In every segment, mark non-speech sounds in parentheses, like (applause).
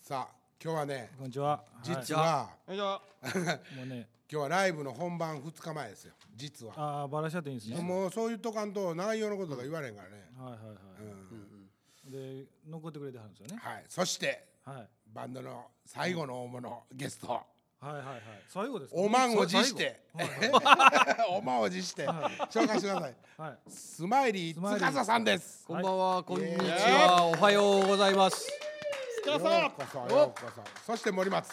さあ今日はねこんにちは。実はは、よいしょい、もうね、今日はライブの本番2日前ですよ実はああ、バラしちゃっていいんですね。もうそう言っとかんと内容のことが言われへんからね、はいはいはい。で、残ってくれてはるんですよね。はいそしてはい。はいバンドの最後の大物ゲストはいはい。最後ですか。おまんを持して、 (laughs) おまんを持して紹介してくださいはい。スマイリー司さんですこんばんは、こんにちは、おはようございます。つかさようこそようこそそして森松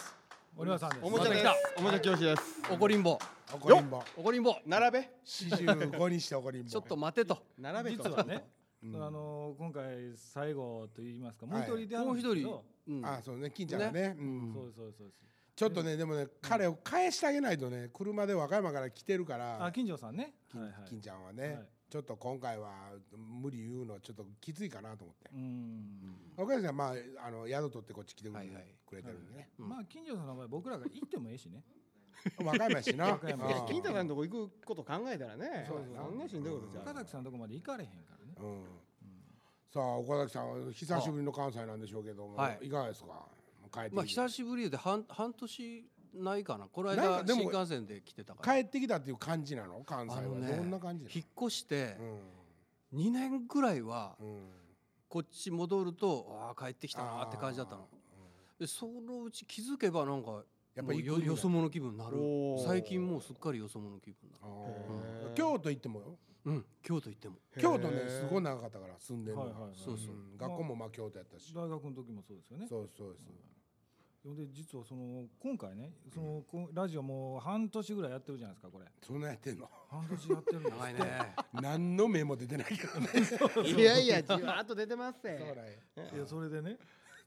森川さんです。おもちゃです。おもちゃ教師です。おこりんぼおこりんぼおこりんぼ並べ。 45にしておこりんぼちょっと待てと並べと。実はね、あのー今回最後と言いますか、もう一人であるんですけど。もううんあそうね金ちゃんがねうんそうですそうですそうです。ちょっとねでもね彼を返してあげないとね車で和歌山から来てるからあ、金城さんね。はいはい。金ちゃんはね、はいちょっと今回は無理言うのはちょっときついかなと思ってう、ん。岡崎さんはまああの宿取ってこっち来てくれはいてはいくれてるんでね、まあ金城さんの場合僕らが行ってもええしね。和歌山やしな和歌山やしうん金太さんのとこ行くこと考えたらね。そそうそうそんなしんどいことじゃ岡崎さんのとこまで行かれへんからね。うんさあ岡崎さんは久しぶりの関西なんでしょうけども、はいい、かがですか帰ってまあきて、久しぶりで半半年ないかなこのなんか間でも新幹線で来てたから帰ってきたっていう感じなの関西はあどのねんな感じな引っ越しての、 2年ぐらいはうんうん、こっち戻るとああ帰ってきたなって感じだったあのーでそのうち気づけばなんかやっぱもりう行よくんだよそ者気分になるおー最近もうすっかりよそ者気分になるあーへー京都行ってもようん京都行ってもへー京都ねすごい長かったから住んでるのが、はいはいはいそうそううん学校もまあ京都やったし、大学の時もそうですよね。そうそうそうで実はその今回ねそのこラジオもう半年ぐらいやってるじゃないですかこれそんなんやってんの半年やってるんです長いね何の目も出てないけどねん。いやいや、じわーっと出てますそうね。いやそれでね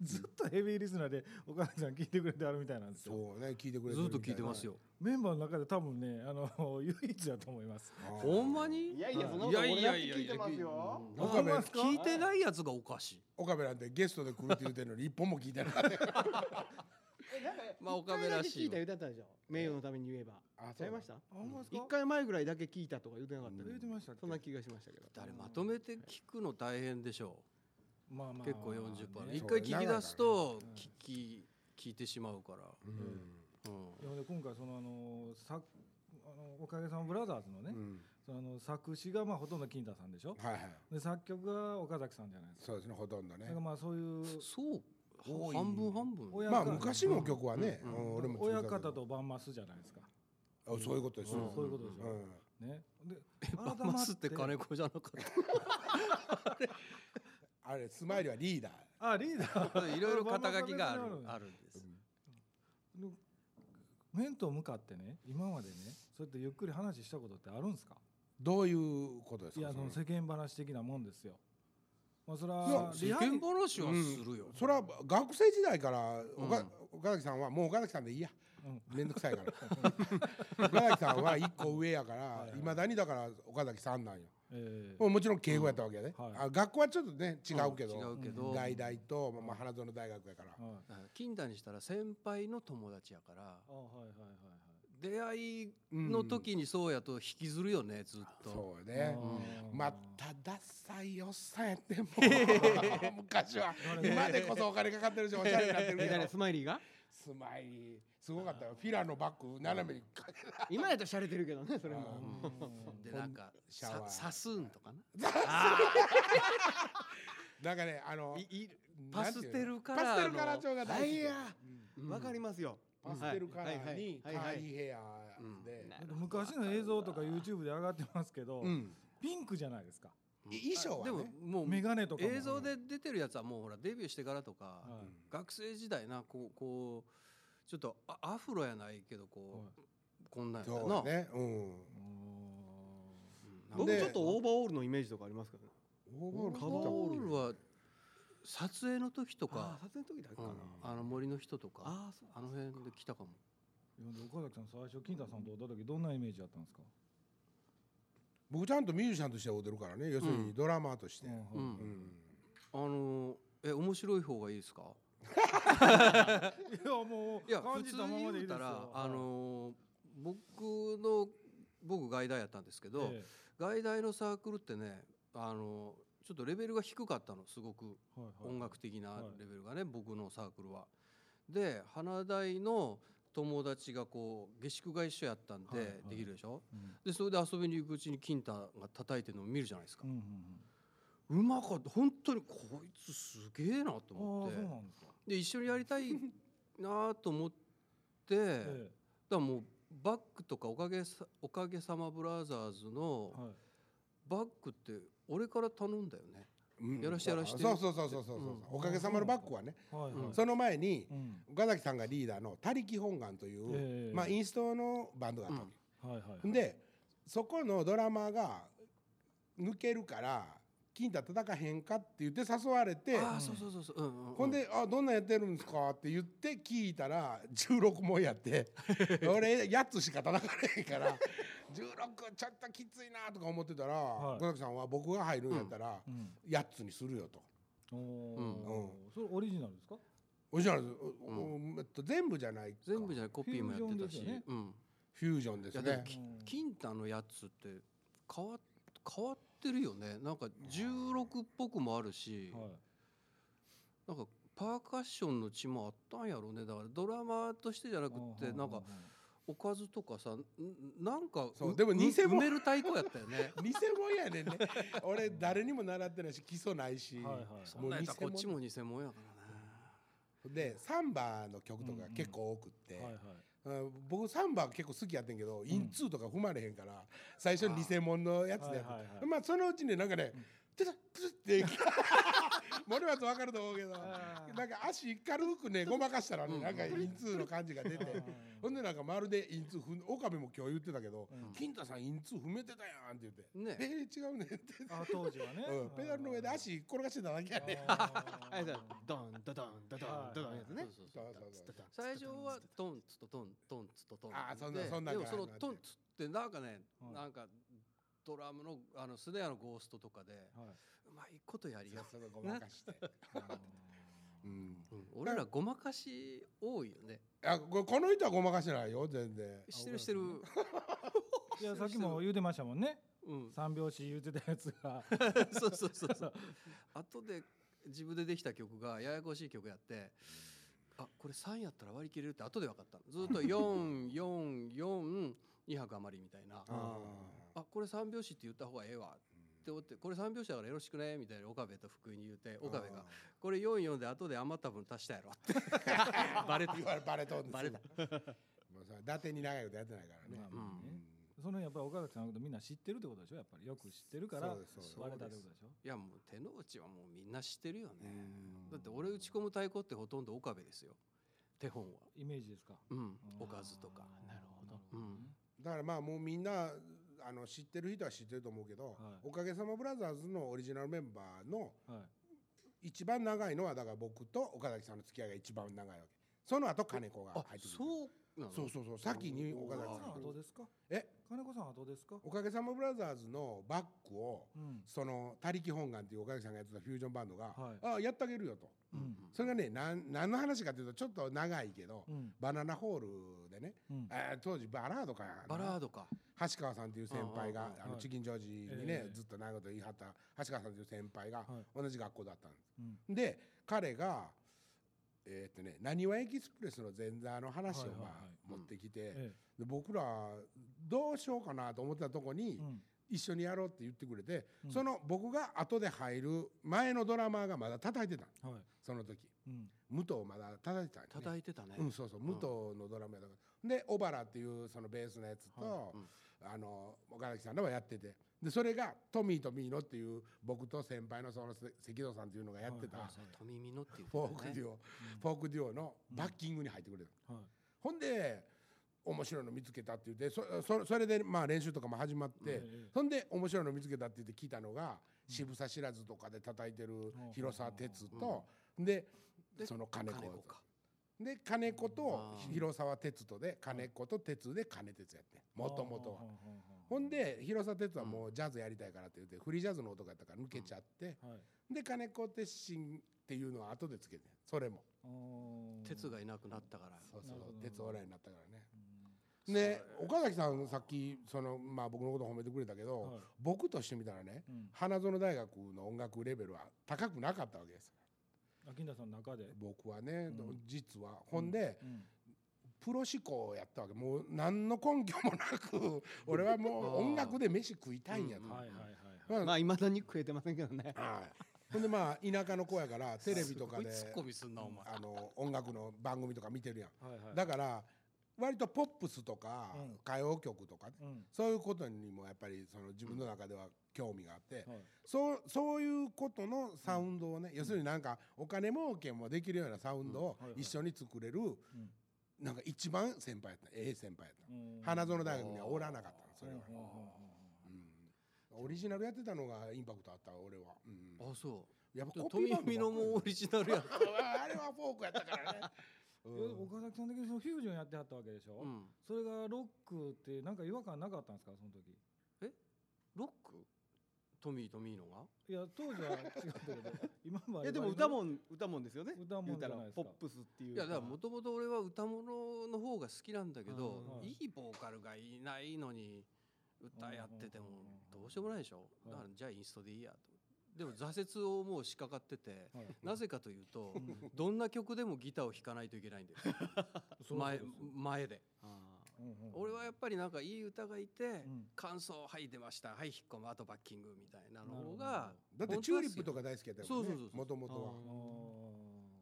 ずっとヘビーリスナーで岡崎さん聞いてくれてあるみたいなんですよね聞いてくれずてるみったと聞いてますよよメンバーの中で多分ねあの (laughs) 唯一だと思いますほんまにいやいや、そんなこいとや俺いだっやてい聞いてやますよ。なんかほんまですか聞いてないやつがおかしい岡部なんてゲストで来るって言うてんのに一本も聞いてないまあ一回岡部らだけし聞いいたわ言うてたでしょ。名誉のために言えば。あちゃいました。あほんまですか一回前ぐらいだけ聞いたとか言うてなかった言ねうてましたっけそんな気がしましたけど。あれまとめて聞くの大変でしょまあまうあ結構40パねー一そう回聞き出す長いかとらね聞き聞いてしまうからうんうんいやで今回そのあのさあのおかげさまブラザーズのね、うんそのあの作詞がまあほとんど金太さんでしょはいはいで作曲が岡崎さんじゃないですそかうですねほとんどだねからまあそういうそう多い半分半分親まあ方昔の曲はね、ううんん俺も親聞いたけど方とバンマスじゃないですか、あそういうことですそうよ、そういうことでしうょ、んねでバマスって金子じゃなかっあれスマイルはリーダーあリーダーたいろいろ (laughs) 肩書きがあるバンマスは別にああるるんです面と向かってね今までねそうやってゆっくり話したことってあるんですかどういうことですいかやそのそれ世間話的なもんですよまあそれいはや世間話はするよそれは学生時代から岡,、うん岡崎さんはもう岡崎さんでいいやうんめんどくさいから岡崎さんは一個上やからいはいいまだにだから岡崎さんなんよええもうもちろん敬語やったわけやね、うんはいあ学校はちょっとね違うけど、ん違うけど大大と、まあまあ、花園大学やから、はいうん金田にしたら先輩の友達やからあはいはいはいはい出会いの時にそうやと引きずるよねずっとそうやねあーまたダサいおっさんや (laughs) ってもう昔は今でこそお金かかってるしおしゃれになってるけえ誰どスマイリーがスマイリーすごかったよフィラのバッグ斜めにかけ今やったら洒落てるけどね、それも。でなんかシャワさーサスーンとかななんかねあのいいなパんていスうのテルカパラステールカラーの調があ大好いきやー、わかりますよ。パステルカラーにカはいはいはいはいーリーヘアで、なんか昔の映像とか YouTube で上がってますけど、うん、ピンクじゃないですかい衣装はねでももうメガネとかも映像で出てるやつはもうほらデビューしてからとか、はい学生時代なこうこうちょっとアアフロやないけどこう、こんなんやったそうな、ね、うん、うん僕でちょっとオーバーオールのイメージとかありますけどね。オーバーオールカバーオールは撮影の時とあかー、撮影の時だけかう。なんあの森の人とかあーそうあの辺で来たかもいやで岡崎さん最初金太さんと会った時どんなイメージだったんですか、僕ちゃんとミュージシャンとして踊るからね要するにドラマーとして、うんううんんあのえ面白い方がいいですかいやもういや感普じ通たまにまでい言いうでたすよらあの僕の僕外大やったんですけど、え外大のサークルってねあのちょっとレベルが低かったのすごくえはいはい音楽的なはいレベルがね、僕のサークルは。で花大の友達がこう下宿が一緒やったんはいはいでできるでしょ、うんでそれで遊びに行くうちに金太が叩いてるのを見るじゃないですかう、んうんうまかった本当にこいつすげえなとうん、思ああってそうなんですか、で一緒にやりたいなと思って、だか (laughs) えらもうバックとかおかげさ「おかげさまブラザーズ」のえはい、バックって俺から頼んだよね、うんやらしてやらしてそうそうそうそうそうそうそう、うんおかげさまのバックはね、はいはい、その前にうん、岡崎さんがリーダーの「他力本願」という、ええまあ、インストのバンドだったわはいはいけ、でそこのドラマーが抜けるから金太叩かへんかって言って誘われてああそうそうそうそう、うんうんうんほんで「あどんなんやってるんですか?」って言って聞いたら16問やって俺8つしか叩かれへんから16ちょっときついなとか思ってたらはい岡崎さんは僕が入るんやったらうん、 8つにするよと。おお、うそれオリジナルですかおじゃるおおえっと全部じゃないか全部じゃないコピーもやってたフュージョし、ンですよねうんフュージョンでいやすでね。もきうん金太のやつって変わっ変わってるよねなんか16っぽくもあるし、はいなんかパーカッションの血もあったんやろうねだからドラマーとしてじゃなくってなんかおかずとかさんなんかそううでもう偽物埋める太鼓やったよね偽物やねんね。俺誰にも習ってないし基礎ないし。はいはい (laughs) そんなんやったらこっちもも偽物やからねでサンバの曲とか結構多くって、はいはいうん僕サンバ結構好きやってんけど、んインツーとか踏まれへんから最初に偽物のやつでやってはいはいはいまあそのうちねなんかね、うんトゥルットゥルッって (laughs) 森松分かると思うけどあーなんか足軽くねごまかしたらね、うんなんかインツーの感じが出て。あほんでなんかまるでインツー踏ん岡部も今日言ってたけどう「ん金太さんインツー踏めてたやん」って言って「ねえー、違うねん」って、ーあー当時はね、うん、ペダルの上で足転がしてただけやねああれだードンドドンドドンドドンやつねそうそそうそううそうそう最初はトンツとトントンツとトンあーそんなでそんなんでがもそのあるなトンツってなんかね、はいなんかドラムのあのスネアのゴーストとかではいうまいことやりやすすいごいごまかして、うん、うん俺らごまかし多いよね。あこれこの人はごまかしてないよ全然してるしてる。 (laughs) いやさっきも言うてましたもんねうん。 (laughs) 三拍子言うてたやつがそうそうそうそう。後で自分でできた曲がややこしい曲やって、あこれ三やったら割り切れるって後で分かったの。ずっと四四四二拍余りみたいな。ああこれ三拍子って言った方がええわ。って思ってこれ三拍子だからよろしくねみたいな岡部と福井に言うて岡部がこれ四四で後で余った分足したやろって (laughs) バレた言われバレとんですよバレたもうそれ伊達に長いことやってないからね、まあうまあねんそのやっぱり岡崎さんのことみんな知ってるってことでしょやっぱりよく知ってるからそうですそうですバレたってことでしょいやもう手の内はもうみんな知ってるようね。んだって俺打ち込む太鼓ってほとんど岡部ですよ手本はイメージですかうんおかずとかなるほどだからまあもうみんなあの知ってる人は知ってると思うけど、はいおかげさまブラザーズのオリジナルメンバーのはい一番長いのはだから僕と岡崎さんの付き合いが一番長いわけその後金子があ入ってくるそうなのそうそうそう先に岡金崎さんが子さんは来どうるですかえ金子さんはどうですかおかげさまブラザーズのバックをうんその「他力本願」っていう岡崎さんがやってたフュージョンバンドが「はいあやってあげるよ」とうんそれがねなん何の話かというとちょっと長いけど、うんバナナホールでね、うんえー当時バラードかなバラードか橋川さんという先輩うんがうんうんあのはいチキンジョージにね、ええずっと長いこと言い張った橋川さんという先輩がはい同じ学校だったんです。うんで彼がえーっとね、なにわエキスプレスの前座の話をはいはいまあはい持ってきて、えで僕らどうしようかなと思ってたとこえにうん一緒にやろうって言ってくれて、うんその僕が後で入る前のドラマーがまだ叩いてたのはいその時うん武藤まだ叩いてたんです、ね、叩いてたねうん、そうそう、武藤のドラムやだから。で、小原っていうそのベースのやつと、いうんあの、岡崎さんらはやってて。で、それが、トミーとミーノっていう、僕と先輩のそのせ関戸さんっていうのがやってた、はいはいそう富美のっていうフォークデュオ、フォークデュオのうんバッキングに入ってくれた。はいほんで、面白いの見つけたって言って、そそそれで、まあ練習とかも始まって、ええそんで、面白いの見つけたって言って聞いたのが、渋沢知らずとかで叩いてる広沢哲と、で、でその金金子子。かで金子とあー広沢哲人で金子と哲で金哲やってもともとはああ。ほんで広沢哲はもうジャズやりたいからって言ってフリージャズの音やったから抜けちゃってああはいで金子鉄心っていうのは後でつけてそれもあー鉄がいなくなったからそうそうなるほど鉄オーライになったからね。うんで岡崎さんさっきそのまあ僕のこと褒めてくれたけはいど僕としてみたらねうん花園大学の音楽レベルは高くなかったわけです。秋田さんの中で、僕はね、んど実はほんで、うんプロ思考やったわけもう何の根拠もなく (laughs) 俺はもう音楽で飯食いたいんやと、うんはいはいまあまあいまだに食えてませんけどねはいほんでまあ田舎の子やからテレビとかですごいツッコミすんなお前あの音楽の番組とか見てるやんはいはいはいだから割とポップスとかうん歌謡曲とかねうんそういうことにもやっぱりその自分の中では興味があってはいそうそういうことのサウンドをね要するになんかお金儲けもできるようなサウンドをうんはいはい一緒に作れるうんなんか一番先輩やったええ先輩やったうん花園大学にはおらなかったのそれはうんうんうんうんうんオリジナルやってたのがインパクトあったわ俺はうんあそやっぱコうピ富ーバンドばっか美りのもオリジナルやんあれはフォークやったからねうんいや岡崎さんだけそのフュージョンやってはったわけでしょ、うんそれがロックってなんか違和感なかったんですかその時ロックトミーとミーのがいや当時は違ったけど今はいやでも歌んもん歌もんですよね歌も言うじんたゃらないですポかップスっていういやだからもともと俺は歌物の方が好きなんだけどうんはいいいボーカルがいないのに歌やっててもうんどうしようもないでしょうんだからじゃあインストでいいやとでも挫折をもう仕掛かっててはいなぜかというとうんどんな曲でもギターを弾かないといけないんですよ (laughs) そう前そうそう前であうんうんうん俺はやっぱりなんかいい歌がいてうん感想はい出ましたはい引っ込むあとバッキングみたいなの方なるほがだってチューリップとか大好きやったもんそうそうそうそうもともとはあー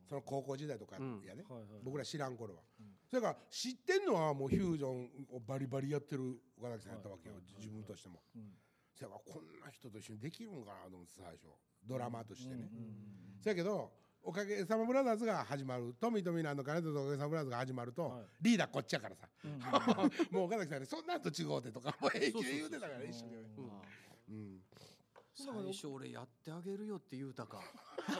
その高校時代とかやね、あーはいはい僕ら知らん頃は、うんそれから知ってんのはもうフュージョンをバリバリやってる岡崎さんやったわけよ、はいはいはい自分としても、うんそやからこんな人と一緒にできるんかなと思って最初ドラマーとしてね、うんうんそやけどおかげさまブラザーズが始まるトミーとミナンの金田とおかげさまブラザーズが始まると、はいリーダーこっちやからさ、 (laughs) うんもう岡崎さんねそんなんと違うてとかもう平気で言うてたから (laughs) 一緒に、うんうんあうん、最初俺やってあげるよっていう歌か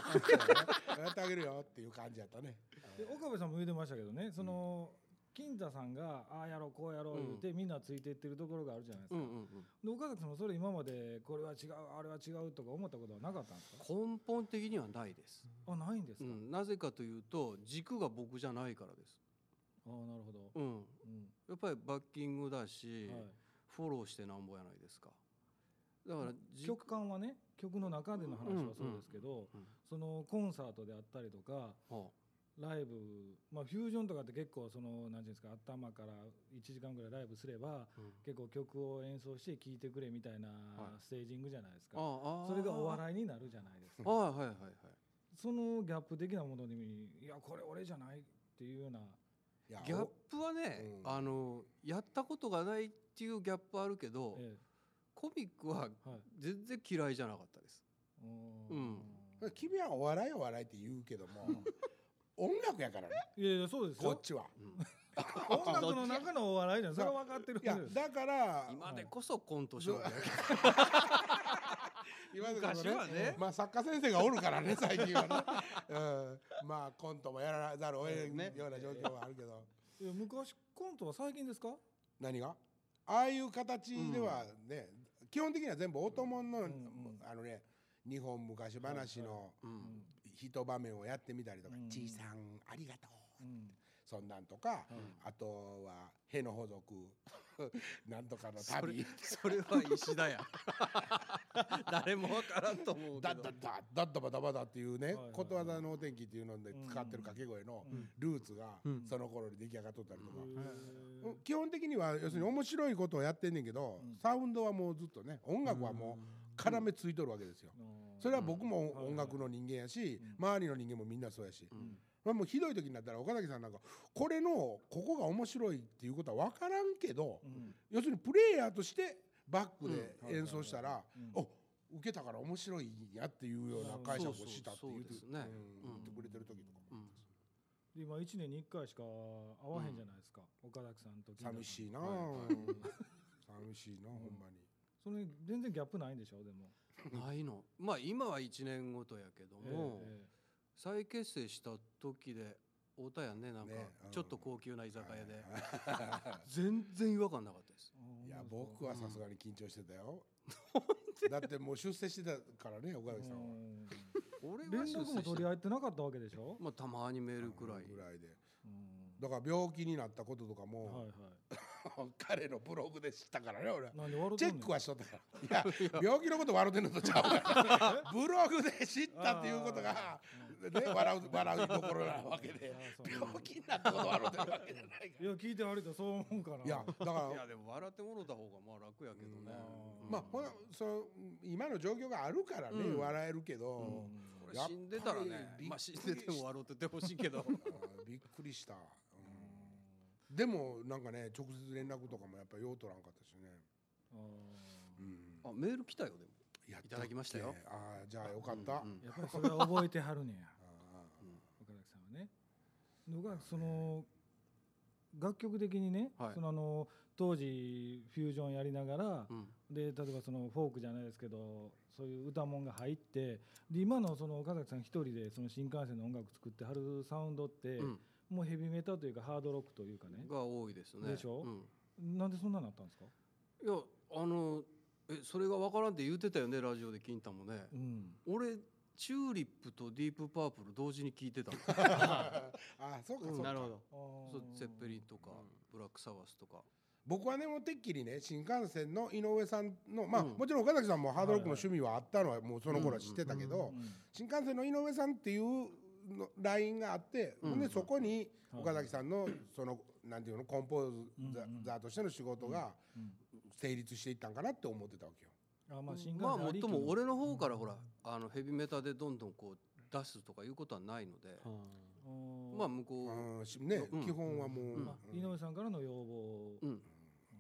やってあげるよっていう感じやったね (laughs) で岡部さんも言ってましたけどねその、金太さんがああやろうこうやろう言って、みんなついていってるところがあるじゃないですうか、んうんうんで岡崎さんもそれ今までこれは違うあれは違うとか思ったことはなかったんですか根本的にはないです、あないんですうか、ん、なぜかというと軸が僕じゃないからです、ああなるほど、うん、うんやっぱりバッキングだし、はいフォローしてなんぼやないですかだから軸曲感はね曲の中での話はそうですけど、うんうんそのコンサートであったりとかはライブ、まあ、フュージョンとかって結構その何ていうんですか頭から1時間ぐらいライブすればあうん結構曲を演奏して聴いてくれみたいなはいステージングじゃないですか、ああそれがおい笑いになるじゃないですかああはいはいはいそのギャップ的なものにいやこれ俺じゃないっていうようないやギャップはね、うんあのやったことがないっていうギャップあるけど、えコミックはえはい全然嫌いじゃなかったですうーんうん君はお笑いお笑いって言うけども音楽やからねいやいやそうですこっよちは。音楽の中のお笑いじゃんそれは分かってるんいでやすだから今でこそコント勝負だけ今でこそ昔はねまあ作家先生がおるからね最近はね、うん、まあコントもやらざるを得えないえねような状況はあるけどいや昔コントは最近ですか何がああいう形ではね、基本的には全部音もんの、んあのね日本昔話のど、ううんん一場面をやってみたりとかう「んちいさんありがとう」うんそんなんとか、あとは「へのほぞく」「 (laughs) なんとかのそれ旅」それは石田や誰もわからんと思うけだどだだだだばだばだっていうね、はいはいことわざのお天気っていうので使ってる掛け声のルーツがうんその頃に出来上がっとったりとか、へーうん基本的には要するに面白いことをやってんねんけど、うんサウンドはもうずっとね音楽はもう絡めついとるわけですよ。それは僕もうん音楽の人間やし、うん周りの人間もみんなそうやし、うんまあ、もうひどい時になったら岡崎さんなんかこれのここが面白いっていうことは分からんけど、うん要するにプレイヤーとしてバックうんで演奏したら、うんお受けたから面白いんやっていうような解釈をしたって言うて,、そうそうそうですねうんう言んってくれてる時とかうも、んで今1年に1回しか会わへんじゃないですか、岡崎さんと金田さん寂しいな、はい (laughs) 寂しいな、ほんまに。それ全然ギャップないんでしょでもないのまあ今は1年ごとやけども、ええ再結成した時で太田やんねなんかねうんちょっと高級な居酒屋で、はい全然違和感なかったですええいやあ僕はさすがに緊張してた (laughs) よ。だってもう出世してたからね岡そう崎ですさんかは。俺連は出世絡もし取りた合ってなかったわけでしょ、まあたまにメールくらいぐらいで。うんだから病気になったこととかいはも、い (laughs) 彼のブログで知ったからね俺は。なんで笑うチてェんねッんクはしとったからいや病気のこと笑うてんのとちゃうからブログで知ったっていうことが、ね、笑う笑うところなわけであーそう病気になったこと笑うてるわけじゃないかいや聞いてあれだそう思うかららいやだからいやでも笑ってもろた方がまあ楽やけどねう。んまあほなその今の状況があるからね、うん笑えるけど、うんこれ死んでたらやっぱねり。まあ死んでても笑っててほしいけ (laughs) ど。あーびっくりした、うんでもなんかね直接連絡とかもやっぱよう取らんかったしね、あうんあメール来たよでも。やっいただきましたよああじゃあよかった、うんうんーやっぱりそれは覚えてはるねやあ岡崎さんはねのがその楽曲的にね、はいそのあの当時フュージョンやりながら、うんで例えばそのフォークじゃないですけどそういう歌もんが入ってで今のその岡崎さん一人でその新幹線の音楽作ってはるサウンドって、うんもうヘビメタというかハードロックというかねが多いですね。でしょうんなんでそんなになったんですか、いやあのえそれがわからんって言ってたよねラジオで金太もねう。ん、俺チューリップとディープパープル同時に聞いてたの。あ (laughs) あーそうかそうか、なるほど。そうゼッペリンとかブラックサバスとか。僕はねもうてっきりね新幹線の井上さんのまあ、うんもちろん岡崎さんもハードロックの趣味はあったのはもうその頃は知ってたけど、と新幹線の井上さんっていうのラインがあって、うんほんでそこにはい岡崎さんのそのなんていうのコンポーザうんうんザーとしての仕事が成立していったんかなって思ってたわけよ。あまあ新幹線まあもあっりきとのも俺の方からほらあのヘビメタでどんどんこう出すとかいうことはないので。うんまあ向こう。うんしね、うん基本はもう、うんあうん井上さんからの要望うん。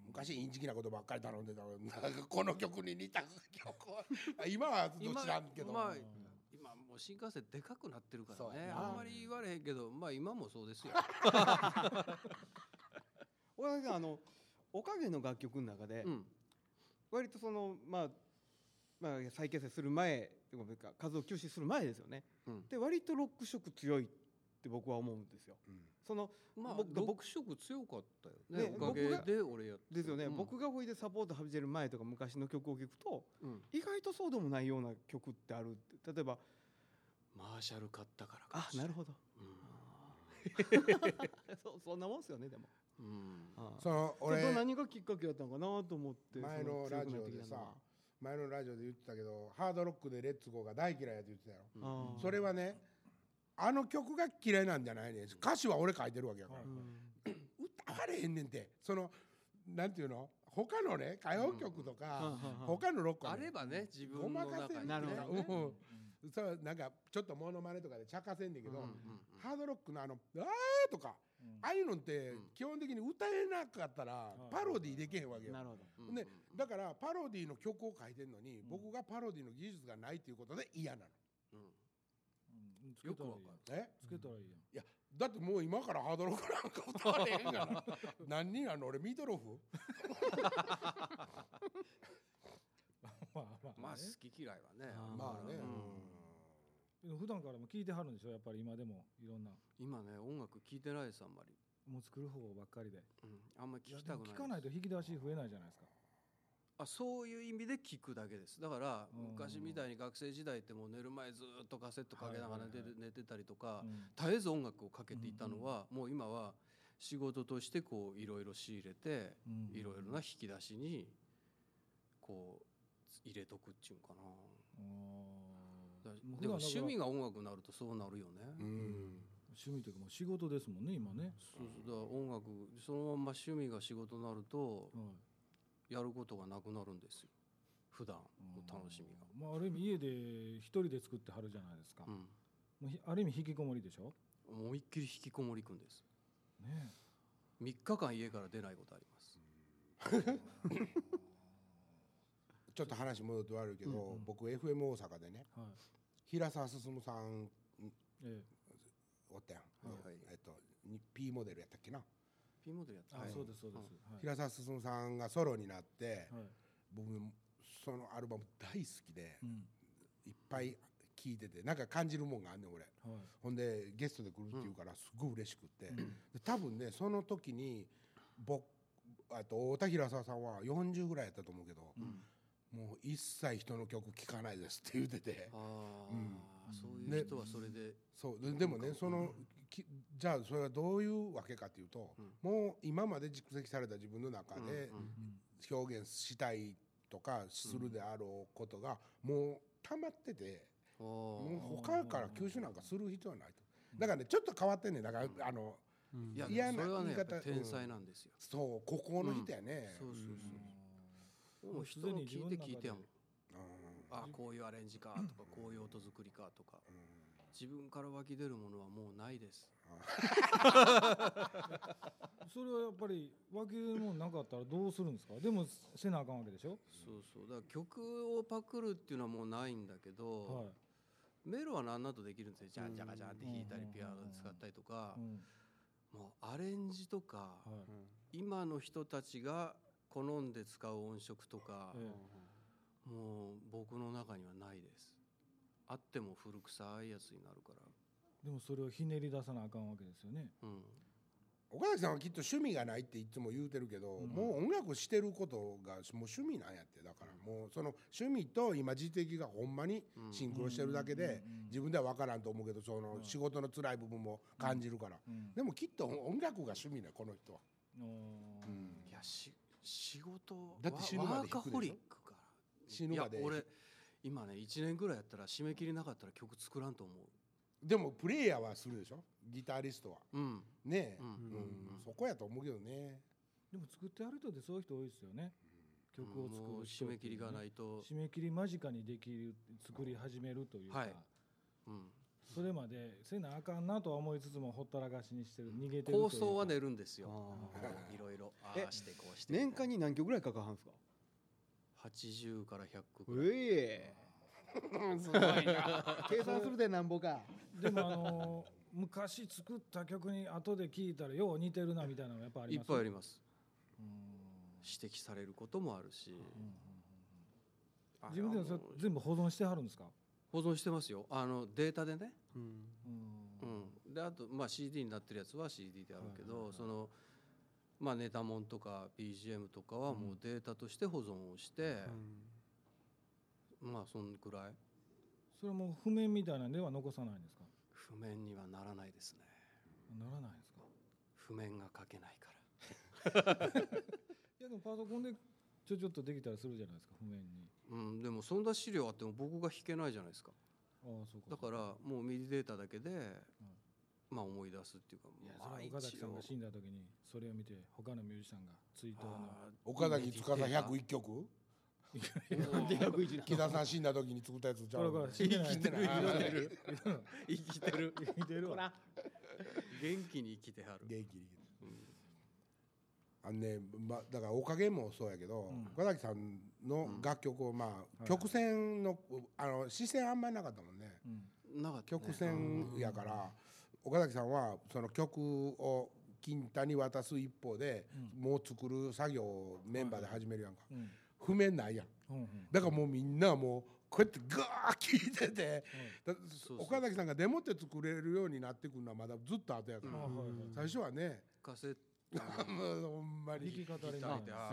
昔インチキなことばっかり頼んでたなんかこの曲に似た曲を今はどちらんけど、今まあうん今もう新幹線でかくなってるかそうらやねなあんまり言われへんけどまあ今もそうですよ岡崎さんあのおかげの楽曲の中で、うん割とそのまあまあ再結成する前ごめんか活動休止する前ですよね。うんで割とロック色強いって僕は思うんですよ。うんそのまあ僕僕色強かったよねねおかげ僕がで俺やってですよね、うん僕がほいでサポート始める前とか昔の曲を聴くとうん意外とそうでもないような曲ってあるって例えばマーシャル買ったからかあもしれなるいほど (laughs) そそんなもんですよねでもうんうんああその俺それと何がきっかけだったのかなと思って前のラジオでさ前のラジオで言ってたけどハードロックでレッツゴーが大嫌いやって言ってたよ。うんあーそれはねあの曲が嫌いなんじゃないねん歌詞は俺書いてるわけやから、はい歌われへんねんてそのなんていうの他のね歌謡曲とか、他他のロックはあねればね自ご分まのかせ中になるほどねうんうんそうなんかちょっとモノマネとかでちゃかせんねんけうんど、うんハードロックのあの「あー」とかうんああいうのってうん基本的に歌えなかったらいパロディできへんわけよ。なるほどうんうんねだからパロディの曲を書いてんのに、うん僕がパロディの技術がないということで嫌なの。うんうんつけよたくらいわいかやんるえつけたらいいやんだってもう今からハードロックなんか歌われへんがな何人あんの俺ミートロフまあまあ、まあね好き嫌いはねあーまあね、ううんん普段からも聞いてはるんでしょやっぱり今でもいろんな今ね音楽聴いてないですあんまりもう作る方ばっかりでうんあんまりいや聞きでたもくない聞かないと引き出し増えないじゃないですかあそういう意味で聞くだけですだからうん昔みたいに学生時代ってもう寝る前ずっとカセットかけながら寝て,、はいはい寝てたりとかう、ん絶えず音楽をかけていたのは、もう今は仕事としてこういろいろ仕入れてうんいろいろな引き出しにこう入れとくっちゅうんかなあだーで普段だからも趣味が音楽になるとそうなるよね、うん趣味というかもう仕事ですもんね今ね、そうそうだから音楽そのまんま趣味が仕事になるとはいやることがなくなるんですよ普段の楽しみが。まあ、ある意味家で一人で作ってはるじゃないですか、うんもうひある意味引きこもりでしょ、思いっきり引きこもりくんですね3日間家から出ないことありますちょっと話戻って悪いけど、うんうん僕 FM 大阪でねえはい平沢進さんえおったやん、はいえっとに P モデルやったっけな、 P モデルやっえたあはいそうですそうです、はい平沢進さんがソロになって、はい僕そのアルバム大好きでうんいっぱい聴いててなんか感じるもんがあんねん俺はいほんでゲストで来るって言うからすごい嬉しくって、で多分ねその時に僕あと太田平沢さんは40ぐらいやったと思うけど、もう一切人の曲聴かないですって言っててああ、うんそういう人はそれで、そうででもねそのきじゃあそれはどういうわけかというと、うんもう今まで蓄積された自分の中うんでうん表現したいとかするであろうことがもう溜まってて、おーもう他から吸収なんかする必要はないと。だからねちょっと変わってんねんだから、うんあのいや嫌でなもそれは言ねいやっぱ方り天才なんですよ、そうここの人やね。そうそうそううんもう人の聞いて聞いてやもんうんあこういうアレンジかとかこういう音作りかとか自分から湧き出るものはもうないですそれはやっぱり脇もなかったらどうするんですかでもせなあかんわけでしょ、そうそうだから曲をパクるっていうのはもうないんだけど、はメロは何などできるんですよジャンジャカジャンって弾いたりうんピアノで使ったりとかい、うんもうアレンジとかはい今の人たちが好んで使う音色とかえもう僕の中にはないですあっても古臭いやつになるからえ、でもそれをひねり出さなあかんわけですよねうん岡崎さんはきっと趣味がないっていつも言うてるけど、うんもう音楽してることがもう趣味なんやってだからもうその趣味と今自的がほんまにうんシンクロしてるだけでうんうんうん自分では分からんと思うけどそのうん仕事の辛い部分も感じるから、うんでもきっと音楽が趣味だこの人は、おーうんいやし仕事だって死ぬまで弾くでしょワーカホリックから死ぬまでいや俺今ね1年ぐらいやったら締め切りなかったら曲作らんと思でもプレイヤーはするでしょギタリストはううんねえ、うんうんうんそこやと思うけどねでも作ってある人ってそういう人多いですよね曲を作もうる人締ってめいう切りがねないと、締め切り間近にできる作り始めるというか、はいうん、それまでせなあかんなとは思いつつもほったらかしにしてる逃げてるというか構想は練るんですよーいろいろあえあしてこうして年間に何曲ぐらいかかはんすか80から100個うぐらいえ (laughs) 計算するでなんぼかでもあのー昔作った曲に後で聴いたらよう似てるなみたいなのやっぱあいりっますぱいありますうん指摘されることもあるしうんうんあ自分でもそれあの全部保存してはるんですか、保存してますよあのデータでね、うんうん、であと、まあ、CD になってるやつは CD であるけど、はいはいはいそのまあネタもんとか BGM とかはもうデータとして保存をして、まあそんくらいそれはもう譜面みたいなんでは残さないんですか譜面にはならないですねならないんですか譜面が書けないからいやでもパソコンでちょちょっとできたりするじゃないですか譜面にうん、でもそんな資料あっても僕が弾けないじゃないですかああそうかだからもうミディデータだけで、まあ思い出すっていうかいやまそあれは岡崎一さん応が死んだ時にそれを見て他のミュージシャンが追悼の (laughs) あー岡崎司ミディデータ101曲なんで101な木田さん死んだ時に作ったやつちゃうこれこれ死んでない生きてない生きて元生きてる似てるわ元気に生きてはる、気にうんあのね、まあ、だから「おかげ」もそうやけど、うん岡崎さんの楽曲を、まあはい曲線のあの視線あんまりなかったもんねうんなかったね曲線やから、岡崎さんはその曲を金太に渡す一方で、もう作る作業をメンバーで始めるやんか、うん譜面ないやんうんうんだからもうみんなもうこうやってガーッ聞いてて、だそうそう岡崎さんがデモって作れるようになってくるのはまだずっと後やから、はいはいはい最初はね、 (laughs) カセッもうほんま弾き (laughs) に語り弾のいねてあ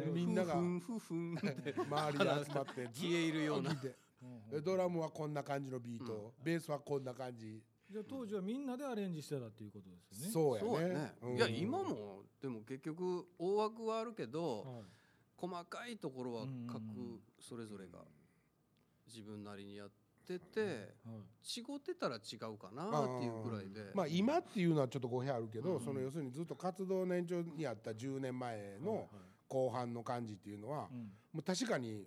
そうそうそうみんながふんふんふんふんって周りで集まってず消え入る (laughs) ような聞いて。うんうんでドラムはこんな感じのビート、ベースはこんな感じ、じゃあ当時はみんなでアレンジしてたっていうことですよねそうやねそううやね、んいや今もでも結局大枠はあるけど、はい細かいところはうんうん各うんそれぞれが自分なりにやっててはい違ってたら違うかなっていうぐらいでまあ、今っていうのはちょっと語弊あるけど、うんその要するにずっと活動年長にあった10年前の後半の感じっていうのは、うんもう確かに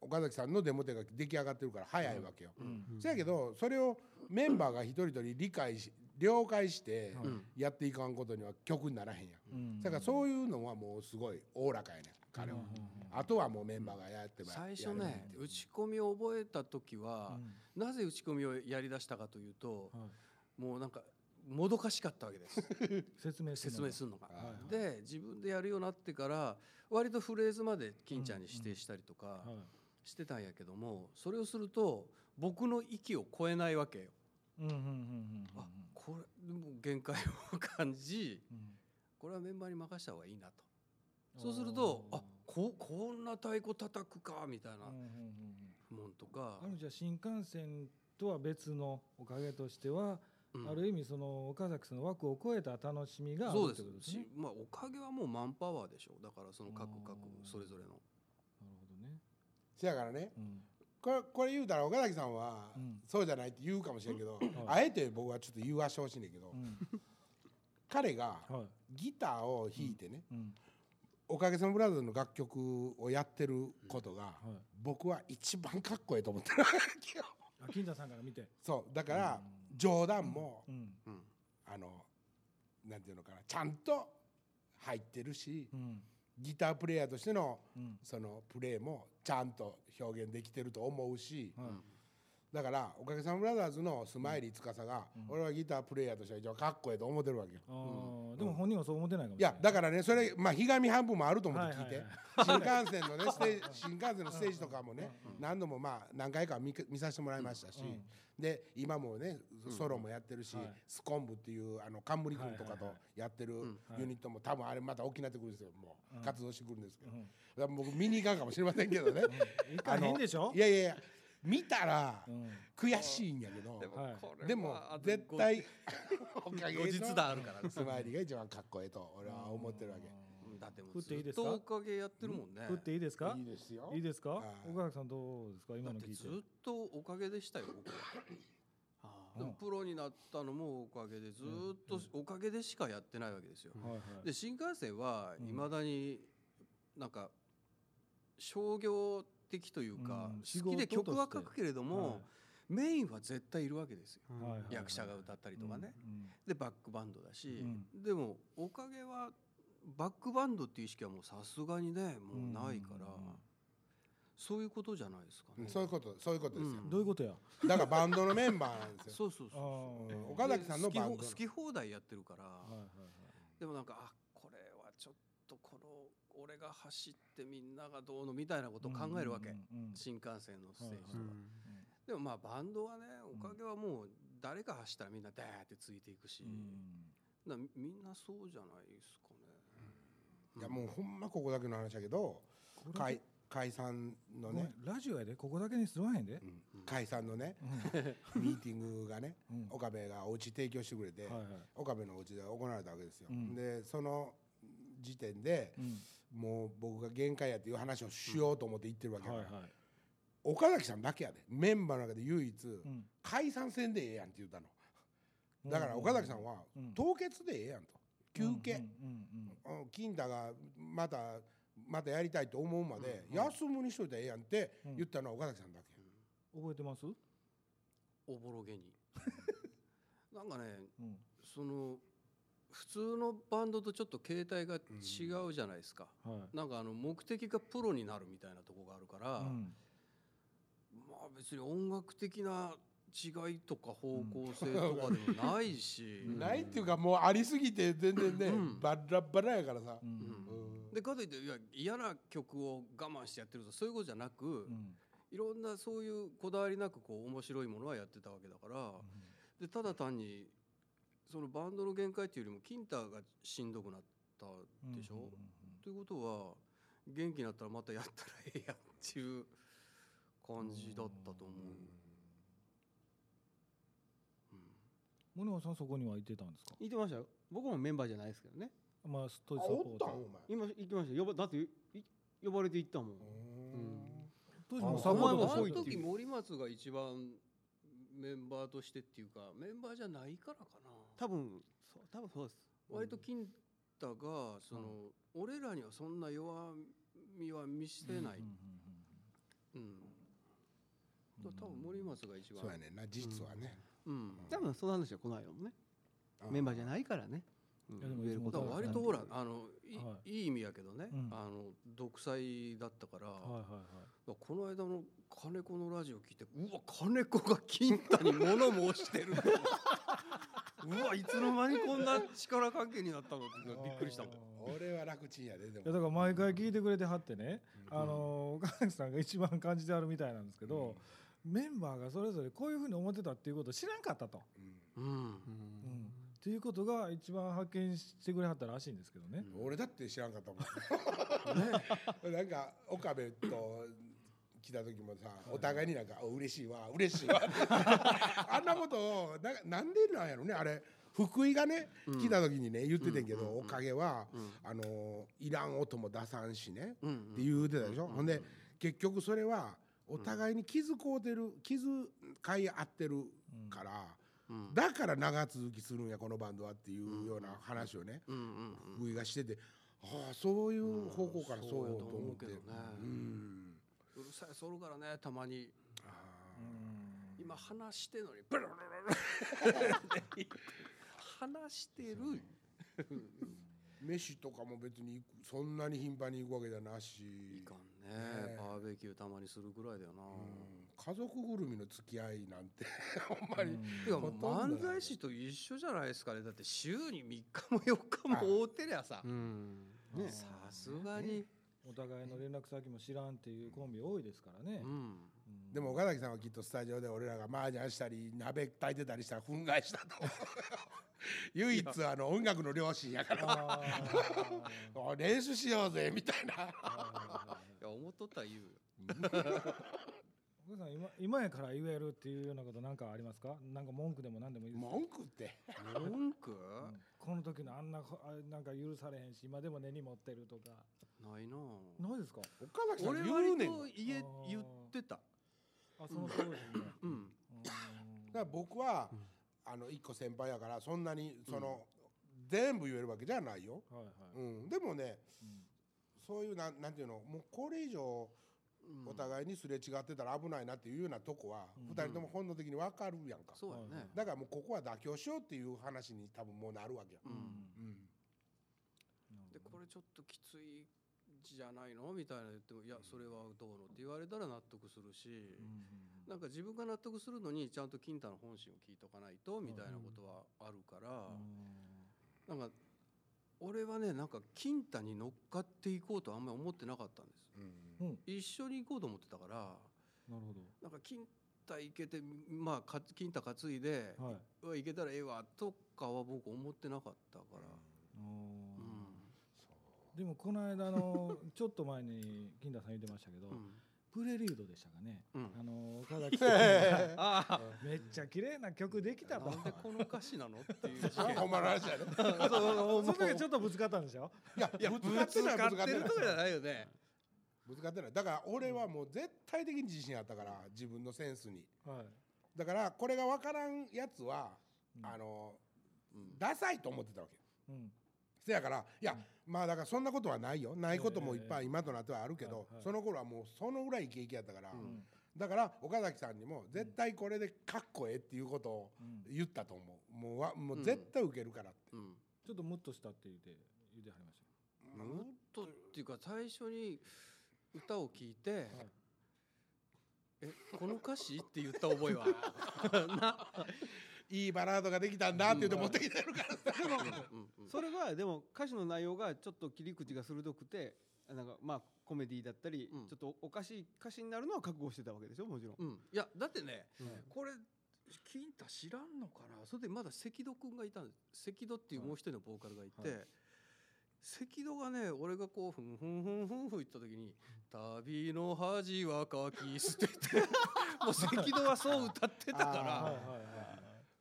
岡崎さんのデモテが出来上がってるから早いわけよ。うんそやけどそれをメンバーが一人一人理解し了解してはうんやっていかんことには曲にならへんやん。うんだからそういうのはもうすごいおおらかやねん彼はうんうんうん。あとはもうメンバーがやってば最や初ればいいね打ち込みを覚えた時はうなぜ打ち込みをやりだしたかというとんはいもうなんかもどかしかったわけです (laughs) 説明説明るするのがはいはい。で自分でやるようになってから割とフレーズまで金ちゃんに指定したりとかのがはしてたんやけどもそれをすると僕の域を超えないわけよ。いうんうんうんうんうんあこれでも限界を感じうんこれはメンバーに任した方がいいなとあーそうするとあここんな太鼓叩くかみたいうんうんうんうんなもんとかあのじゃあ新幹線とは別のおかげとしては、うんある意味その岡崎さんの枠を超えた楽しみがあるそうですということですねし。まあおかげはもうマンパワーでしょだからその各各うんそれぞれのなるほどね。せやからねうんこれこれ言うたら岡崎さんは、うんそうじゃないって言うかもしれんけど、んあえて僕はちょっと言わしてほしいねんだけど、う彼がん。はい。ギターを弾いてね、うん。おかげさまブラザーズの楽曲をやってることが、はい。僕は一番かっこいいと思ってる (laughs) あ金田さんから見て。そうだから、冗談も、うん。うんあのなんていうのかなちゃんと入ってるし、うん。ギタープレイヤーとしてのうん。そのプレーもちゃんと表現できてると思うし、はい。だから「おかげさまブラザーズ」のスマイリー司が、うん俺はギタープレイヤーとしては一番かっこいいと思ってるわけよ。ああ、でも本人はそう思ってないかもいしれやない。だからねそれまあひがみ半分もあると思はっいては聞いいて、はい新幹線のねステー (laughs) ジ新幹線のステージとかもねうん何度もまあ何回か見か見させてもらいましたし、うんで今もねソロもやってるし、はいスコンブっていうあの冠君とかはいはいとはいやってるんユニットも多分あれまた大きくなってくるんですよもうんう活動してくるんですけど、うんだから僕見に行かんかもしれませんけどね行かへんでしょい。やいやいや見たらうん。悔しいんやけどでもはいこれはでもあと絶ご対おかげ後日の談あるからねスマイリーが一番かっこええと俺は思ってるわけ。うんだっても食うっていいずでっすかとおかげやってるもんね食っていいですかいい。ですよいいですかは。い岡崎さんどうですかだ今っのて聞いてずっ。とおかげでしたよ僕はでもプロになったのもおかげでずっとおかげでしかやってないわけですよ、はいはい。で新幹線はうんいまだになんか商業的というか、うん好きで曲は仕事と書してくけれども、メインは絶対いるわけですよ、はいはいはい役者が歌ったりとかね、うん。でバックバンドだし、うでもおかげはバックバンドっていう意識はもうさすがにねもうないから、うんそういうことじゃないですかうね、んそういうことそういうことですよ、うんどういうことや。だからバンドのメンバーなんですよそうそうあそうあ。そううん岡崎さんのでバンド好きほ好き放題やってるから、はいはいでもなんかあこれはちょっとこの俺が走ってみんながどうのみたいなことを考えるわけ、うんうんうんうん新幹線のステージとか、うでもまあバンドはねおかげはもう誰が走ったらみんなダーってついていくし、うんなみんなそうじゃないですかね。いやもうほんまここだけの話だけどこれ解解散のごめねん、ラジオやでここだけにすまへんでう。ん解散のねうんミーティングがねうん岡部がお家提供してくれて、はいはい。岡部のお家で行われたわけですよ、うんでその時点でうん。もう僕が限界やっていう話をしようと思って行ってるわけだはいかはら、い。岡崎さんだけやでメンバーの中で唯一、うん解散せんでええやんって言ったのだから岡崎さんは、うん凍結でええやんと休憩、うんうんうん金太がまたまたやりたいと思うまで休むにしといたらええやんってうん言ったのは岡崎さんだけ、うん覚えてます？おぼろげに (laughs) なんかねうん。その普通のバンドとちょっと形態が違うじゃないですか、はい。なんかあの目的がプロになるみたいなとこがあるから、うんまあ別に音楽的な違いとか方向性とかでもないし、うんないっていうかもうありすぎて全然ね、うんバラバラやからさ、ううんんうんでかといっていや嫌な曲を我慢してやってるとかそういうことじゃなく、うんいろんなそういうこだわりなくこう面白いものはやってたわけだから、でただ単にそのバンドの限界っていうよりもキンタがしんどくなったでしょ、ということは元気になったらまたやったらええやんっていう感じだったと思う。森本さんそこにはいてたんですか？行ってましたよ僕もメンバーじゃないですけどねまあストーあリーサおポーっトたんお。前今行きましたよ呼ばだってい呼ばれて行ったもんうん当時あもおサ前ポートおもしあてのる時森松が一番メンバーとしてっていうかメンバーじゃないからかな。多分そう多分そうです割と金太がその、俺らにはそんな弱みは見せない、うんうんだから多分森松が一番そうやねんな事実はね、うん多分その話はこないよもねメンバーじゃないからねうんいやでも言えるこだとかはらいつも割とほらあのい,、、はいい意味やけどね、うんあの独裁だったから、うんうんうんはいはいだからこの間の金子のラジオ聞いてうわ金子が金太に物申してるうわいつの間にこんな力関係になったのっていうのはい。びっくりしたもんあー俺は楽ちんやででいやだもから毎回聞いてくれてはってね、うんあの岡崎さんが一番感じてあるみたいなんですけど、メンバーがそれぞれこういうふうに思ってたっていうことを知らんかったと。うんうんっていうことが一番発見してくれはったらしいんですけどね。 (laughs) うん俺だって知らんかったもんなんか岡部と来た時もさお互いになんか「お嬉しいわ嬉し (laughs) いわ」あんなことをななんでなんやろねあれ福井がね来た時にね言っててんけど、おかげは、あのいらん音も出さんしね、うんって言うてたでしょ、ほんで結局それはお互いに気づこうてる気遣い合ってるから、だから長続きするんやこのバンドはっていうような話をね、うんうんうん福井がしててああそういう方向からそうとそうやと思思っうてけどねうんうるさいそるからねたまにあうーん今話してんのにブルルルルル話してる飯とかも別に行くそんなに頻繁に行くわけじゃなしいかんねねえバーベキューたまにするぐらいだよな、うん家族ぐるみの付き合いなんて (laughs) ほんまにてかもほうとんど漫才師と一緒じゃないですかねだって週に3日も4日も会うてりゃさうんねさすがに、お互いの連絡先も知らんっていうコンビ多いですからねう。ん、うんでも岡崎さんはきっとスタジオで俺らが麻雀したり鍋炊いてたりしたら憤慨したと唯一あの音楽の両親やからあおい練習しようぜみたいなーはいや思っとったら言うよい岡田さん今今やから言えるっていうようなことなんかありますか？なんか文句でも何でもいいです。文句って文句この時のあんなこあなんか許されへんし今でも根に持ってるとかないなぁないですか？岡崎さん俺言う割ねんだと言えあー言ってたあそのそうですね。うんから僕は、あの一個先輩やからそんなにその、全部言えるわけじゃないよ、うんはいはい。うん、でもねうんそういうなんなんていうのもうこれ以上お互いにすれ違ってたら危ないなっていうようなとこは、うん二人とも本能的に分かるやんか、そうやね、だからもうここは妥協しようっていう話に多分もうなるわけや、ううんうんん、でこれちょっときついじゃないのみたいな言っても「いやそれはどうの?」って言われたら納得するし、なんか自分が納得するのにちゃんと金太の本心を聞いとかないとみたいなことはあるから、なんか俺はねなんか金太に乗っかっていこうとはあんまり思ってなかったんですうんうんうん一緒に行こうと思ってたからなるほなんか金太行けてまあか金太担いで、ど。はい。うわ行けたらええわとかは僕思ってなかったから、あーうんでもこの間の (laughs) ちょっと前に金田さん言ってましたけど、うんプレリュードでしたかね。うんあの岡崎さんがああめっちゃ綺麗な曲できたとなん。でこの歌詞なのっていうそれはほんまの話やね (laughs) その時はちょっとぶつかったんでしょ。 (laughs) いやいやぶつかってないぶつかってないとかじゃないよね。ぶつかってないだから俺はもう絶対的に自信あったから自分のセンスにはい。だからこれが分からんやつは、うんあのうんダサいと思ってたわけうん。せやからいや、まあだからそんなことはないよないこともいっぱえい今となってはあるけど、はいはいその頃はもうそのぐらいイケイケやったから、うんだから岡崎さんにも絶対これでかっこええっていうことをうん言ったと思うもうわもう絶対受けるからって、うん。ちょっとムッとしたって言って言ってはりましもっとっていうか最初に歌を聞いてはい、えこの歌詞って言った覚えは。いいバラードができたんだって言って持ってきてるから、うんうんそれはでも歌詞の内容がちょっと切り口が鋭くてなんかまあコメディだったり、うんちょっとおかしい歌詞になるのは覚悟してたわけでしょもちろん。うん。いやだってねうんこれ。金太知らんのかなそれでまだ関戸くんがいたんです関戸っていうもう一人のボーカルがいて、は関戸がね俺がこうふんふんふんふんふん言った時に「旅の恥はかき捨てて」 (laughs) もう関戸はそう歌ってたかた。あらーはいは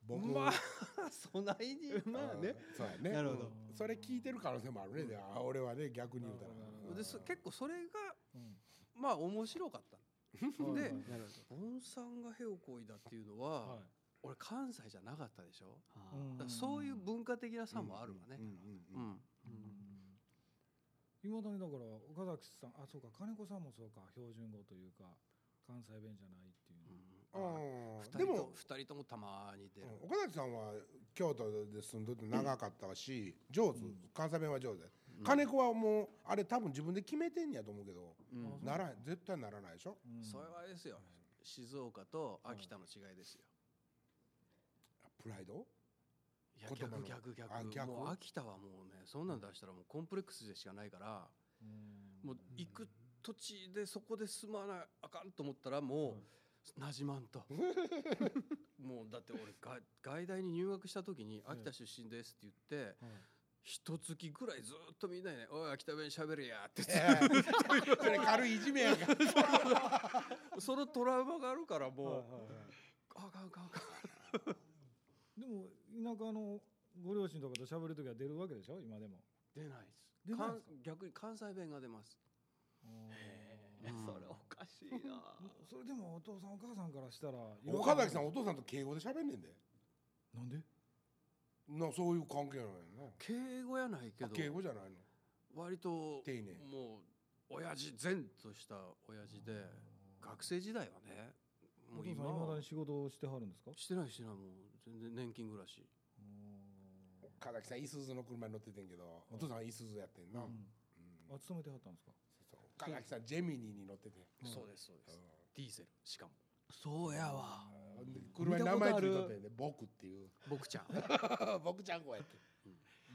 僕まあそないに (laughs) まあね。そうやねなるほど。それ聞いてる可能性もあるね、であ俺はね逆に言うたらなるほどなるほでそ結構それがいまあ面白かったはい。ではいはいなるほボンさんがヘをこいだっていうのは、は俺関西じゃなかったでしょいど。だからそういう文化的な差もあるわねうんうんううんうんんいまだにだから岡崎さんあそうか金子さんもそうか標準語というか関西弁じゃないっていううんあー二人でとも二人ともたまに出るうん岡崎さんは京都で住んでて長かったし、上手関西弁は上手、金子はもうあれ多分自分で決めてんやと思うけど、うんあなら絶対ならないでしょうんそれはあれですよ静岡と秋田の違いですよプライ (laughs) ドいや言葉の逆逆逆あ逆もう秋田はもうねそんなん出したらもうコンプレックスでしかないからうんもう行く土地でそこで住まなあかんと思ったらもうなじまんと (laughs) もうだって俺が外大に入学した時に「秋田出身です」って言ってはい一月くらいずっとみんなにね「おい秋田弁しゃべるや」って言えっえそれ軽 (laughs) いいじめやんかてそのトラウマがあるからもう、はいはいはいあかんあかんあかんでも田舎のご両親とかと喋る時は出るわけでしょ今でも出ないです出ないですか関逆に関西弁が出ますあーうんそれおかしいなそれでもお父さんお母さんからしたら岡崎さんお父さんと敬語で喋んねんでなんでなそういう関係なんやね敬語やないけど敬語じゃないの割と丁寧もう親父善とした親父で学生時代はねおも父さうんい今まだはに仕事をしてはるんですかしてないしてないもう全然年金暮らし岡崎さんいすゞの車に乗っててんけどお父さんいすゞやってんな、ううんんあ勤めてはったんですかそう岡崎さんジェミニーに乗ってて、そうですそうですうんディーゼルしかもそうやわ車に名前ついとったよね僕っていう僕ちゃん僕ちゃんこやって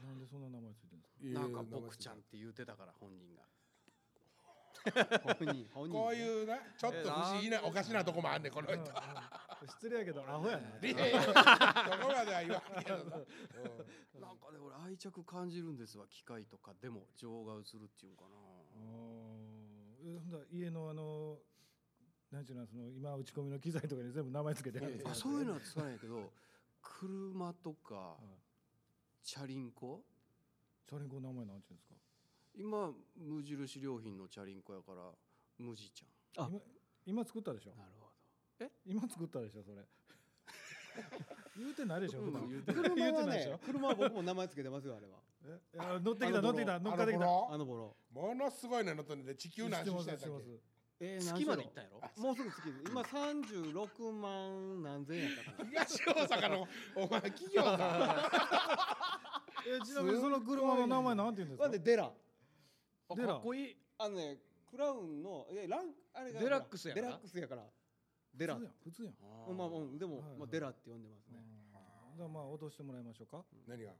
なんでそんな名前ついてるんですかなんか僕ちゃんって言うてたから本人が本人本人こういうなちょっと不思議なおかしなとこもあんねんこの人い (laughs) 失礼やけどアホやなやいやそこまでは言わんけどな、うんなんかね俺愛着感じるんですわ機械とかでも情が移るっていうんかなえほんだら家のあのなんちゅうのその今打ち込みの機材とかに全部名前つけてあるんですかあそういうのはつかないけど車とかはいチャリンコチャリンコの名前なんちゅうんですか今無印良品のチャリンコやから無地ちゃあ今今作ったでしょんなるほ今作ったでしょそれ言うてないでしょ普段うん言うて言車うてはないでしねょ車は僕も名前つけてますよあれはえいや乗ってきたあ乗のってきた (laughs) 乗っかあってのきた頃あの頃ものすごいの乗っとんで地球の知話ってましてす知やっったっけてますえど月まで行ったんやろもうすぐ月です今36万何千円やったかな東大阪のお前企業さえちなみにその車の名前なんて言うんですなかんでデラどデラかっこいいあのねクラウンのえランあれがデラックスやかデらラックスやからデラ普通やん普通やんまあうんでも、はいはいまあ、デラって呼んでますね、うんじゃあまあ落としてもらいましょうかん何が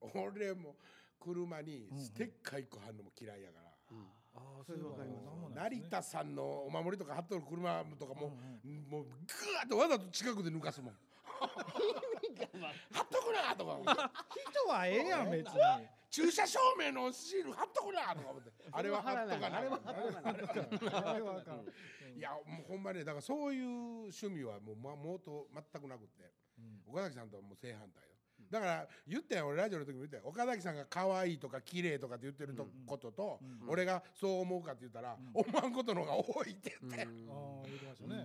俺も車にステッカー一個貼るのも嫌いやから、うんああそれわかります成田さんのお守りとか貼っとる車とかもも、もうグワーッとわざと近くで抜かすもん貼っとくなとか人はええやん別に駐車証明のシール貼っとくなとか思ってあれは貼っとかなあれは貼らなあいれは貼っとかなあれはあかんいやもうほんまねだからそういう趣味はもう、ま、もうと全くなくってうん岡崎さんとはもう正反対よだから言ったよ俺ラジオの時も言ったよ岡崎さんが可愛いとか綺麗とかって言ってると、うんことと、うん俺がそう思うかって言ったら、うん思わんことの方が多いって言って、ああ言ってましたねう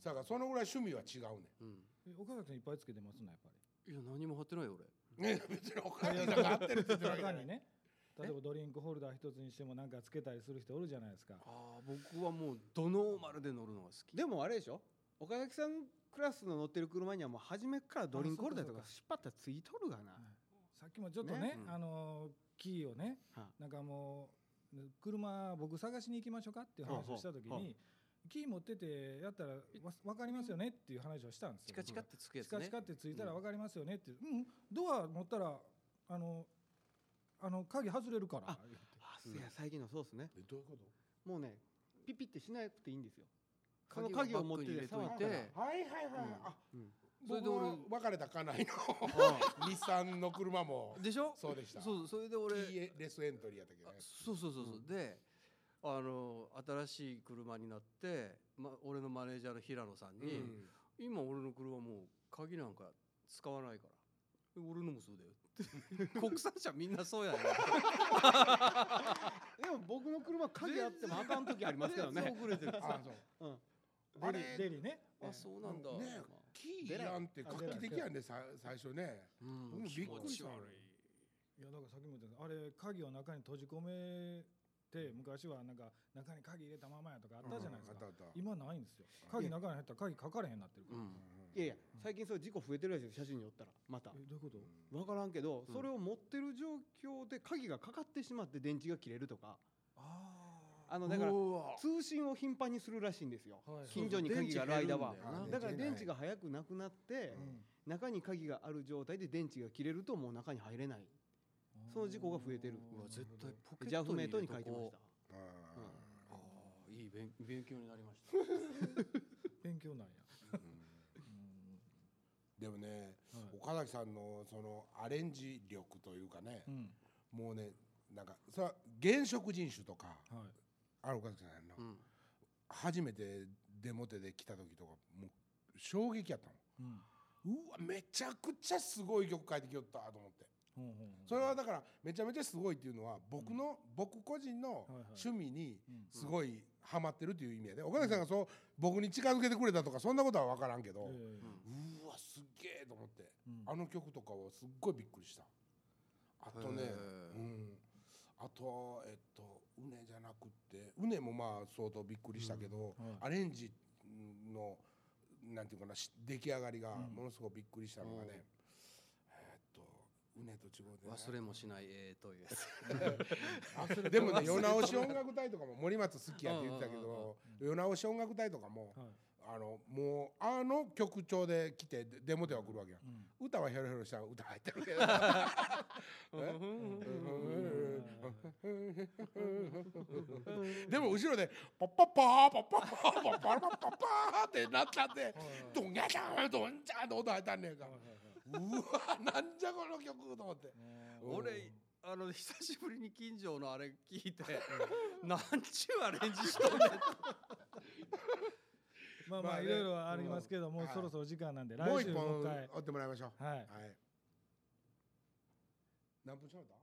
んだからそのぐらい趣味は違うねうんえ岡崎さんいっぱいつけてますなやっぱいや何も貼ってないよ俺んね (laughs) 別に岡崎さんが合ってるって言ってるわりけじ他ゃなにいね例えばドリンクホルダー一つにしてもなんかつけたりする人おるじゃないですかああ僕はもうドノーマルで乗るのが好きでもあれでしょ岡崎さんクラスの乗ってる車にはもう初めからドリンクホルダーとかあしっぱったらついとるがなさっきもちょっとねねうんあのーキーをねはなんかもう車僕探しに行きましょうかっていう話をした時はあはにキー持っててやったらわ分かりますよねっていう話をしたんですよチカチカってつくやチつカねチカってついたらうん分かりますよねって、うん、ドア持ったら、あの、あの鍵外れるから。ああそうや最近のそうですねえどういうこともうねピピってしなくていいんですよその鍵鍵をを持ってバッグてに入れとい触ったらてはいはいはい、はいあうんそれで僕俺は別れた家内の日産の車もでしょそうでしたそうそれで俺 TLS エントリーやったけどあねそうそうそうそう、であの新しい車になって、ま、俺のマネージャーの平野さんに、うん今俺の車もう鍵なんか使わないからえ俺のもそうだよっ (laughs) て国産車みんなそうやね (laughs) でも僕の車鍵あってもあかん時ありますけ (laughs) ど全ね然遅れてるあそううんあデれリ、デリね。あそうなんだ、ねキーやんって画期的やねさ最初ねうん僕もびっくりした気持ち悪いや、だから、さっきも言ったんですあれ、鍵を中に閉じ込めて、昔はなんか、中に鍵入れたままやとかあったじゃないですうんか。あったあった今ないんですよ。鍵中に入ったら、鍵かかれへんなってるかうら。んいやいや最近そう事故増えてるらしいです写真によったらまたえ、どういうこと。分からんけど、うんそれを持ってる状況で鍵がかかってしまって電池が切れるとかああ。あのだからうわ通信を頻繁にするらしいんですよ、はい近所にそうそう鍵がある間は電減る池んだよなだから電池が早くなくなってう、うん中に鍵がある状態で電池が切れるともう中に入れないその事故が増えてるうわ絶対ポケジャッフトメイトに入書れいてとまこしうたあああいい勉 (laughs) 勉強になりました勉強なんや。ーうんうんでもねはい岡崎さんのそのアレンジ力というかねう、んもうねなんかさ原色人種とかはいある岡崎さんやんな、うん初めてデモテで来た時とかもう衝撃やったのうんうわめちゃくちゃすごい曲書いてきよったと思ってほんほんほんそれはだからめちゃめちゃすごいっていうのは僕の、僕個人のはいはい趣味にうんすごいハマってるという意味やで岡崎さんがそう僕に近づけてくれたとかそんなことは分からんけど、うええーわすげえと思ってうんあの曲とかはすっごいびっくりしたあとねへえうんあとえっと「うね」じゃなくて「うね」もまあ相当びっくりしたけど、うんはいアレンジのなんていうかなし出来上がりがうんものすごくびっくりしたのがね、うんえっと「うね」と違うで、ね、忘れもしないえーというやつあでもね世直し音楽隊とかも森松好きやって言ってたけうんうんうんど世直し音楽隊とかもはいあのもうあの曲調で来てデデモでは来るわけやんうん歌はヘロヘロしたら歌入ってる (laughs) けどでも後ろで「パッパッパーパッパッパーパッパッパッパッパー」ってなったんで「ドンギャチャンドンチャン」って音入ったんねんかうわなんじゃこの曲と思ってうん俺あの久しぶりに近所のあれ聞いて何ちゅうアレンジしとんねんまあままああねいろいろありますけどもううんそろそろ時間なんでもう来一週もう一回本追ってもらいましょうはいはい何分しゃべった